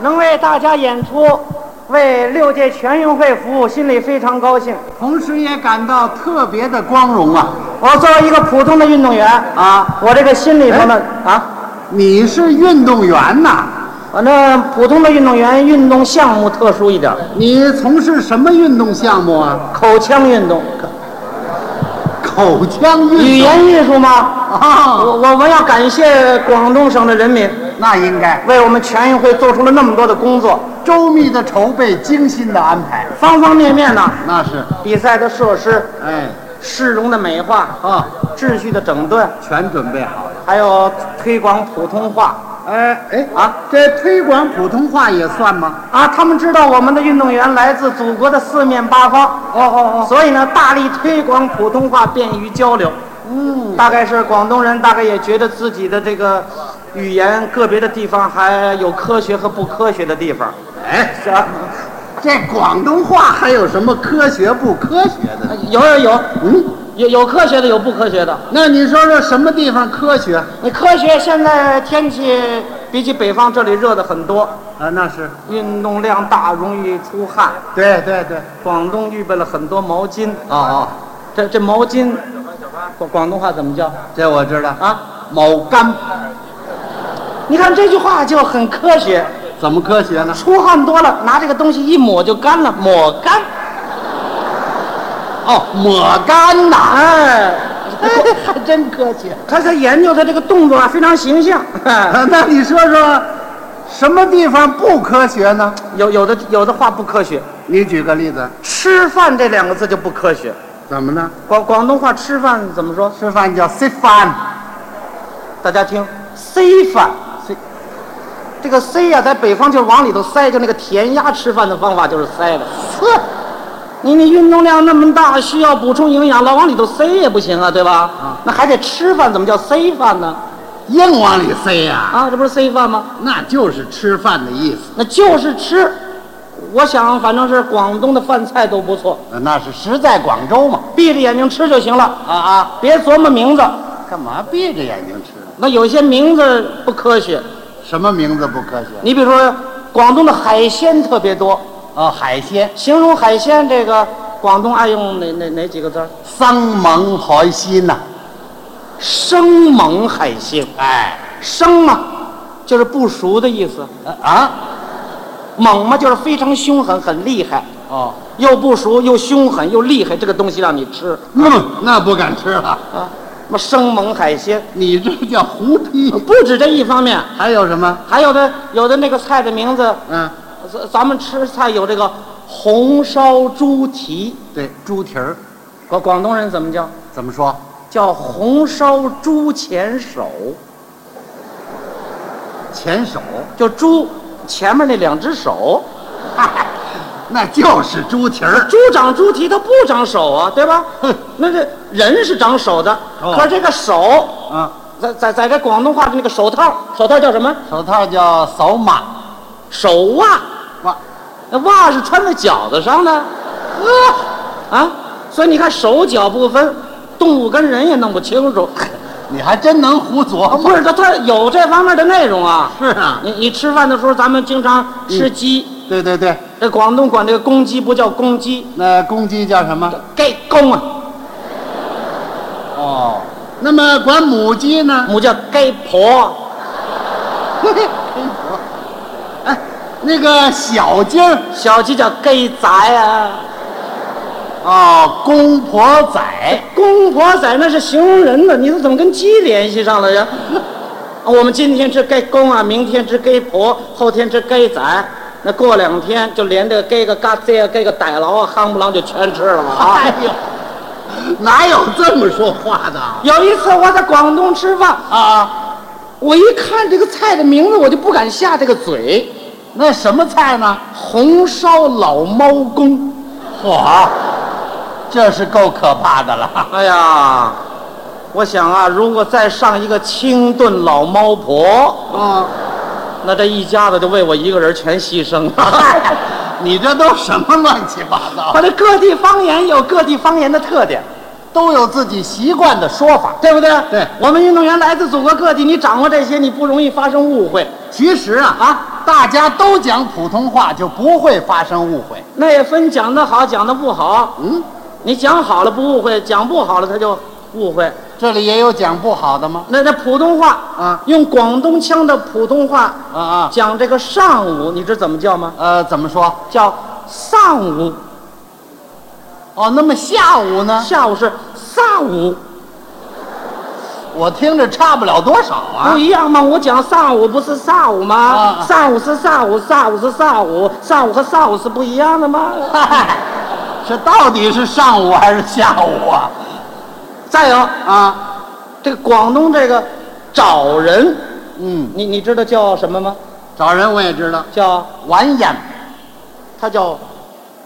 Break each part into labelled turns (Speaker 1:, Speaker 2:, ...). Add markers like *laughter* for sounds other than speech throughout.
Speaker 1: 能为大家演出，为六届全运会服务，心里非常高兴。
Speaker 2: 同时也感到特别的光荣啊！
Speaker 1: 我作为一个普通的运动员，
Speaker 2: 啊，
Speaker 1: 我这个心里头呢，啊，
Speaker 2: 你是运动员呐、
Speaker 1: 反正普通的运动员运动项目特殊一点儿，
Speaker 2: 你从事什么运动项目啊？
Speaker 1: 口腔运动，
Speaker 2: 口腔运动。
Speaker 1: 语言艺术嘛。
Speaker 2: 啊，
Speaker 1: 我我们要感谢广东省的人民，
Speaker 2: 那应该
Speaker 1: 为我们全运会做出了那么多的工作，
Speaker 2: 周密的筹备，精心的安排，
Speaker 1: 方方面面呢，
Speaker 2: 那是。
Speaker 1: 比赛的设施、
Speaker 2: 哎，
Speaker 1: 市容的美化、
Speaker 2: 啊，
Speaker 1: 秩序的整顿，
Speaker 2: 全准备好了。
Speaker 1: 还有推广普通话
Speaker 2: 哎哎
Speaker 1: 啊
Speaker 2: 这推广普通话也算吗？
Speaker 1: 啊！他们知道我们的运动员来自祖国的四面八方，
Speaker 2: 哦哦
Speaker 1: 所以呢，大力推广普通话，便于交流。嗯，大概是广东人，大概也觉得自己的这个语言个别的地方还有科学和不科学的地方，
Speaker 2: 哦，哎，
Speaker 1: 是啊，
Speaker 2: 这广东话还有什么科学不科学的呢？
Speaker 1: 有有有
Speaker 2: 嗯，
Speaker 1: 有有科学的，有不科学的。
Speaker 2: 那你说说什么地方科学？
Speaker 1: 你科学现在天气比起北方这里热的很多，
Speaker 2: 啊，那是。
Speaker 1: 运动量大，容易出汗。
Speaker 2: 对对对。
Speaker 1: 广东预备了很多毛巾，
Speaker 2: 哦哦，
Speaker 1: 这这毛巾，广广东话怎么叫
Speaker 2: 这我知道。
Speaker 1: 啊？
Speaker 2: 某干
Speaker 1: 你看这句话就很科学，
Speaker 2: 怎么科学呢？
Speaker 1: 出汗多了，拿这个东西一抹就干了，抹干。
Speaker 2: 哦，抹干呐。
Speaker 1: 哎，
Speaker 2: 哎，还真科学。
Speaker 1: 他这研究的这个动作啊，非常形象。
Speaker 2: 啊 *laughs* 那你说说，什么地方不科学呢？
Speaker 1: *laughs* 有有的有的话不科学，
Speaker 2: 你举个例子，
Speaker 1: 吃饭这两个字就不科学。
Speaker 2: 怎么呢？
Speaker 1: 广广东话吃饭怎么说？
Speaker 2: 吃饭叫吃饭，
Speaker 1: 大家听，C 饭
Speaker 2: 塞
Speaker 1: 这个 C 呀、在北方就是往里头塞，就那个填鸭吃饭的方法就是塞的。呵，你你运动量那么大，需要补充营养，老往里头塞也不行啊，对吧？那还得吃饭，怎么叫 C 饭呢？
Speaker 2: 硬往里塞呀、
Speaker 1: 啊，这不是 C 饭吗？
Speaker 2: 那就是吃饭的意思。
Speaker 1: 那就是吃。我想，反正是广东的饭菜都不错，
Speaker 2: 那是实在广州嘛。
Speaker 1: 闭着眼睛吃就行了，
Speaker 2: 啊啊，
Speaker 1: 别琢磨名字。
Speaker 2: 干嘛闭着眼睛吃？
Speaker 1: 那有些名字不科学，
Speaker 2: 什么名字不科学？
Speaker 1: 你比如说，广东的海鲜特别多，
Speaker 2: 哦，海鲜，
Speaker 1: 形容海鲜这个，广东爱用哪哪哪几个字儿？
Speaker 2: 生猛海鲜呐、
Speaker 1: 生猛海鲜，
Speaker 2: 哎，
Speaker 1: 生嘛，就是不熟的意思；
Speaker 2: 啊，
Speaker 1: 猛嘛，就是非常凶狠，很厉害，
Speaker 2: 哦，
Speaker 1: 又不熟又凶狠又厉害，这个东西让你吃
Speaker 2: 嗯，那不敢吃了。
Speaker 1: 啊。什么生猛海鲜，
Speaker 2: 你这叫胡批。
Speaker 1: 不止这一方面，
Speaker 2: 还有什么？
Speaker 1: 还有的有的那个菜的名字，
Speaker 2: 嗯，
Speaker 1: 咱咱们吃菜有这个红烧猪蹄，
Speaker 2: 对，猪蹄儿
Speaker 1: 广广东人怎么叫？
Speaker 2: 怎么说？
Speaker 1: 叫红烧猪前手，
Speaker 2: 前手，
Speaker 1: 就猪前面那两只手， *laughs*
Speaker 2: 那就是猪蹄儿。
Speaker 1: 猪长猪蹄它不长手啊，对吧？那这人是长手的，
Speaker 2: 哦
Speaker 1: 可是这个手，
Speaker 2: 啊，
Speaker 1: 在在在这广东话的那个手套，手套叫什么？
Speaker 2: 手套叫扫码。
Speaker 1: 手袜，
Speaker 2: 哇，
Speaker 1: 那袜是穿在脚子上的，呵啊，所以你看手脚不分，动物跟人也弄不清
Speaker 2: *laughs*
Speaker 1: 楚。
Speaker 2: 你还真能胡琢
Speaker 1: 不
Speaker 2: 磨。
Speaker 1: 是，它它有这方面的内容啊。
Speaker 2: 是啊嗯
Speaker 1: 你你吃饭的时候，咱们经常吃鸡，
Speaker 2: 对对对，
Speaker 1: 这广东管这个公鸡不叫公鸡，
Speaker 2: 那公鸡叫什么？
Speaker 1: 给公啊，
Speaker 2: 哦，那么管母鸡呢？
Speaker 1: *laughs* 母叫给婆，
Speaker 2: 哎，那个小鸡儿
Speaker 1: 小鸡叫给仔啊。
Speaker 2: 哦，公婆仔。
Speaker 1: 公婆仔那是形容人的，你是怎么跟鸡联系上了呀？哦我们今天吃该公啊，明天吃该婆，后天吃该仔，那过两天就连这个该个嘎子啊，该个逮牢啊、夯不啷就全吃了嘛啊！
Speaker 2: 哎呦， *laughs* 哪有这么说话的啊
Speaker 1: 有一次我在广东吃饭，
Speaker 2: 啊？
Speaker 1: 我一看这个菜的名字，我就不敢下这个嘴，
Speaker 2: 那什么菜呢？
Speaker 1: 红烧老猫公。
Speaker 2: 嚯，这是够可怕的了。
Speaker 1: 哎呀，我想啊，如果再上一个清炖老猫婆，
Speaker 2: 啊，
Speaker 1: 那这一家子就为我一个人全牺牲 *laughs* 了。
Speaker 2: 你这都什么乱七八糟？
Speaker 1: 反正各地方言有各地方言的特点，
Speaker 2: 都有自己习惯的说法。
Speaker 1: 对不对？
Speaker 2: 对
Speaker 1: 我们运动员来自祖国各地，你掌握这些，你不容易发生误会。
Speaker 2: 其实啊
Speaker 1: 啊，
Speaker 2: 大家都讲普通话，就不会发生误会。
Speaker 1: 那也分讲的好，讲的不好。
Speaker 2: 嗯，
Speaker 1: 你讲好了不误会，讲不好了他就误会。
Speaker 2: 这里也有讲不好的吗？
Speaker 1: 那那普通话
Speaker 2: 啊，
Speaker 1: 用广东腔的普通话
Speaker 2: 啊啊，
Speaker 1: 讲这个上午，你知怎么叫吗？
Speaker 2: 呃，怎么说？
Speaker 1: 叫上午，
Speaker 2: 哦，那么下午呢？
Speaker 1: 下午是上午，
Speaker 2: 我听着差不了多少
Speaker 1: 不
Speaker 2: 啊。
Speaker 1: 一样吗？我讲上午不是下午吗？
Speaker 2: 啊
Speaker 1: 上午是上午，下午是上午，上午和上午是不一样的吗？
Speaker 2: 嗨， *laughs* 这到底是上午还是下午啊？
Speaker 1: 再有，
Speaker 2: 啊，
Speaker 1: 这个广东这个找人，
Speaker 2: 嗯，
Speaker 1: 你你知道叫什么吗？
Speaker 2: 找人我也知道，
Speaker 1: 叫
Speaker 2: 晚宴。
Speaker 1: 它叫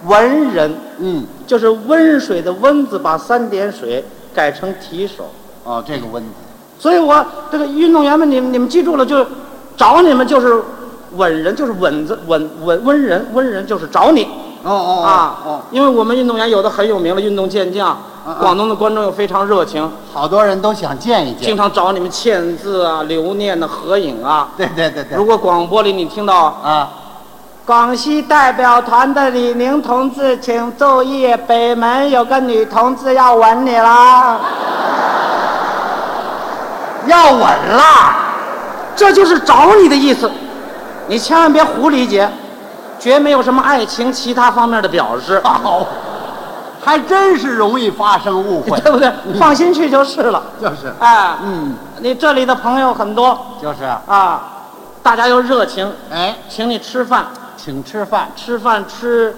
Speaker 1: 文人，
Speaker 2: 嗯，
Speaker 1: 就是温水的温字，把三点水改成提手。
Speaker 2: 哦，这个温字。
Speaker 1: 所以我这个运动员们，你们你们记住了，就是找你们就是稳人，就是稳字稳稳温人，温人就是找你
Speaker 2: 哦哦
Speaker 1: 啊。
Speaker 2: 哦，
Speaker 1: 因为我们运动员有的很有名了，运动健将
Speaker 2: 嗯，
Speaker 1: 广东的观众又非常热情，
Speaker 2: 好多人都想见一
Speaker 1: 经
Speaker 2: 见。
Speaker 1: 常找你们签字啊、留念的合影啊。
Speaker 2: 对对对对
Speaker 1: 如。果广播里你听到
Speaker 2: 啊，
Speaker 1: 广西代表团的李宁同志，请注意，北门有个女同志要吻你啦。
Speaker 2: 要稳啦。
Speaker 1: 这就是找你的意思，你千万别胡理解，绝没有什么爱情其他方面的表示，
Speaker 2: 好，哦还真是容易发生误 *laughs* 会。
Speaker 1: *laughs* 对不对？放心去就是了。
Speaker 2: 就是，
Speaker 1: 哎，
Speaker 2: 嗯，
Speaker 1: 你这里的朋友很多
Speaker 2: 就是，
Speaker 1: 啊，大家又热情，
Speaker 2: 哎，
Speaker 1: 请你吃饭，
Speaker 2: 请吃饭，
Speaker 1: 吃饭吃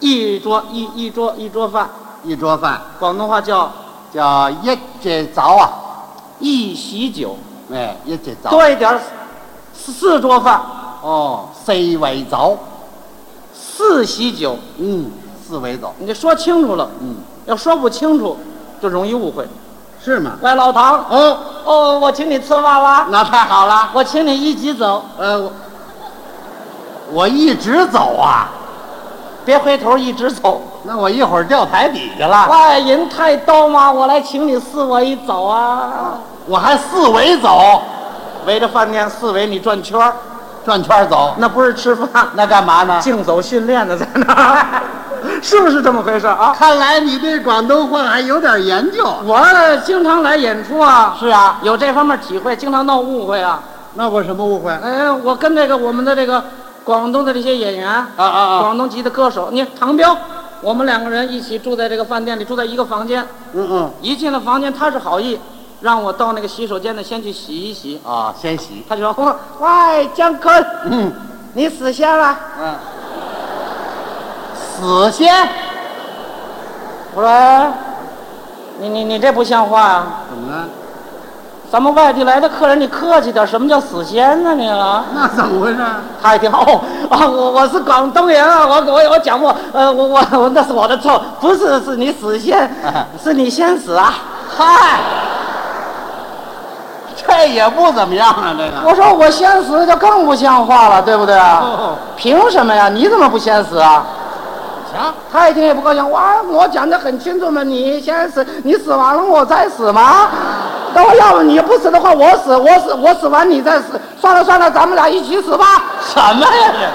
Speaker 1: 一桌一一桌一桌饭，
Speaker 2: 一桌饭
Speaker 1: 广东话叫
Speaker 2: 叫一节早啊，
Speaker 1: 一席酒，
Speaker 2: 哎，一节早，
Speaker 1: 多一点儿四四桌饭，
Speaker 2: 哦，四围早，
Speaker 1: 四席酒，
Speaker 2: 嗯，四围早，
Speaker 1: 你说清楚了，
Speaker 2: 嗯，
Speaker 1: 要说不清楚就容易误会。
Speaker 2: 是吗？
Speaker 1: 喂，老唐，
Speaker 2: 哦，
Speaker 1: 哦，我请你吃娃娃，
Speaker 2: 那太好了，
Speaker 1: 我请你一起走，
Speaker 2: 呃，我我一直走啊，
Speaker 1: 别回头一直走。
Speaker 2: 那我一会儿掉台底下了，
Speaker 1: 喂，人太多吗？我来请你四围一走啊！
Speaker 2: 我还四围走，
Speaker 1: 围着饭店四围你转圈儿，
Speaker 2: 转圈走，
Speaker 1: 那不是吃饭，
Speaker 2: 那干嘛呢？
Speaker 1: 竞走训练的在那 *laughs* 儿，是不是这么回事啊？
Speaker 2: 看来你对广东话还有点研究。
Speaker 1: 我经常来演出啊，
Speaker 2: 是啊，
Speaker 1: 有这方面体会，经常闹误会啊。
Speaker 2: 那我什么误会？啊
Speaker 1: 嗯，我跟这个我们的这个广东的这些演员，
Speaker 2: 啊啊！
Speaker 1: 广东籍的歌手，你看唐彪，我们两个人一起住在这个饭店里，住在一个房间。
Speaker 2: 嗯嗯。
Speaker 1: 一进了房间，他是好意，让我到那个洗手间呢，先去洗一洗。
Speaker 2: 啊，先洗。
Speaker 1: 他就说：“喂，姜昆，
Speaker 2: 嗯
Speaker 1: 你死先了。
Speaker 2: 嗯。死先？”
Speaker 1: 我说：“哎你你你这不像话啊！
Speaker 2: 怎么了？
Speaker 1: 咱们外地来的客人，你客气点，什么叫死先呢？你啊？”
Speaker 2: 那怎么回事？
Speaker 1: 他一听哦啊，我我是广东人啊，我我我讲过，呃，我我我那是我的错，不是是你死先，是你先死啊！
Speaker 2: 嗨， *laughs* 这也不怎么样啊，这个。
Speaker 1: 我说我先死就更不像话了，对不对啊？
Speaker 2: 哦，
Speaker 1: 凭什么呀？你怎么不先死啊？
Speaker 2: 行，
Speaker 1: 他一听也不高兴，哇！我讲的很清楚嘛，你先死，你死完了我再死吗？那我要不你不死的话，我死，我死，我死完你再死。算了算了，咱们俩一起死吧。
Speaker 2: 什么呀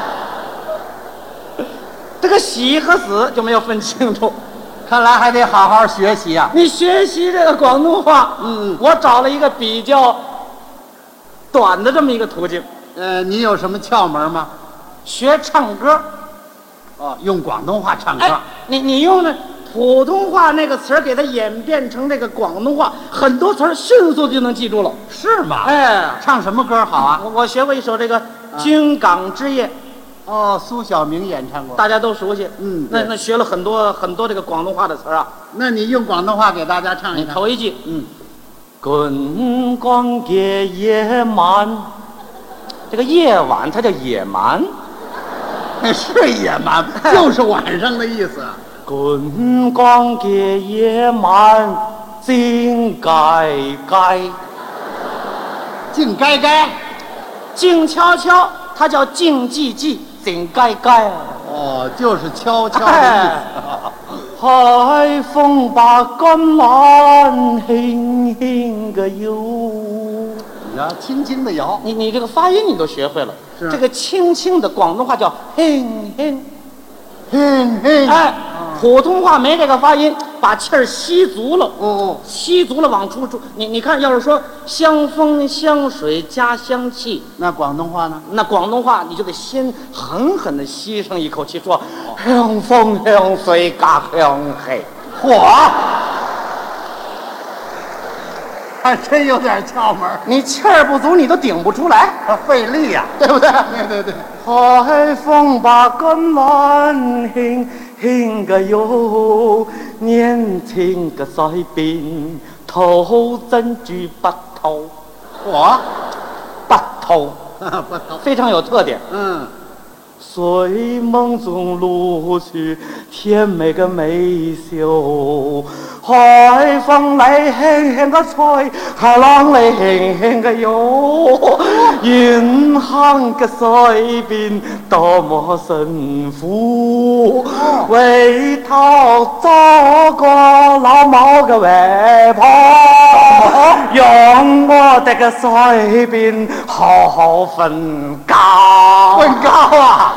Speaker 1: 这个喜和死就没有分清楚。
Speaker 2: 这？看来还得好好学习啊。
Speaker 1: 你学习这个广东话，
Speaker 2: 嗯
Speaker 1: 我找了一个比较短的这么一个途径，
Speaker 2: 呃，你有什么窍门吗？
Speaker 1: 学唱歌。
Speaker 2: 哦，用广东话唱歌。
Speaker 1: 哎，你你用那普通话那个词儿给它演变成这个广东话，很多词儿迅速就能记住了。
Speaker 2: 是吗？
Speaker 1: 哎。
Speaker 2: 唱什么歌好啊？
Speaker 1: 我我学过一首这个《军港之夜》，
Speaker 2: 哦，苏小明演唱过。
Speaker 1: 大家都熟悉。
Speaker 2: 嗯
Speaker 1: 那
Speaker 2: 对
Speaker 1: 那学了很多很多这个广东话的词儿啊。哎
Speaker 2: 那你用广东话给大家唱一唱。
Speaker 1: 头一句，
Speaker 2: 嗯，
Speaker 1: 滚光的野蛮，这个夜晚它叫野蛮。
Speaker 2: 是野蛮， *laughs* 就是晚上的意思啊。
Speaker 1: 滚光的野蛮，静盖盖，
Speaker 2: 静该该。
Speaker 1: 静悄悄，它叫静寂寂，静盖盖啊。
Speaker 2: 哦，就是悄悄的
Speaker 1: 哎
Speaker 2: 意思。啊
Speaker 1: 海風把橄欖輕輕嘅搖，
Speaker 2: 着，轻轻的摇。
Speaker 1: 你你这个发音你都学会了，
Speaker 2: 是啊
Speaker 1: 这个轻轻的广东话叫哼哼，
Speaker 2: 嘿嘿，
Speaker 1: 哎，普通话没这个发音，把气儿吸足了，
Speaker 2: 哦，
Speaker 1: 吸足了往出出。你你看，要是说香风香水加香气，
Speaker 2: 那广东话呢？
Speaker 1: 那广东话你就得先狠狠地吸上一口气，说香风香水加香气。
Speaker 2: 嚯，还真有点窍门儿，
Speaker 1: 你气儿不足，你都顶不出来，
Speaker 2: 啊费力呀、
Speaker 1: 对不对？
Speaker 2: 对对对，
Speaker 1: 海风把根乱兴，兴个哟，年轻个在边，头真举不头，
Speaker 2: *laughs* 我，
Speaker 1: 不头，
Speaker 2: 不懂，
Speaker 1: 非常有特点。
Speaker 2: 嗯，
Speaker 1: 睡梦中陆续甜美个美秀，海风来轻轻个吹，海浪来轻轻个游，银行个水边多么幸福，为头做个老毛个外婆，用我这个水边好好瞓觉。
Speaker 2: 高啊，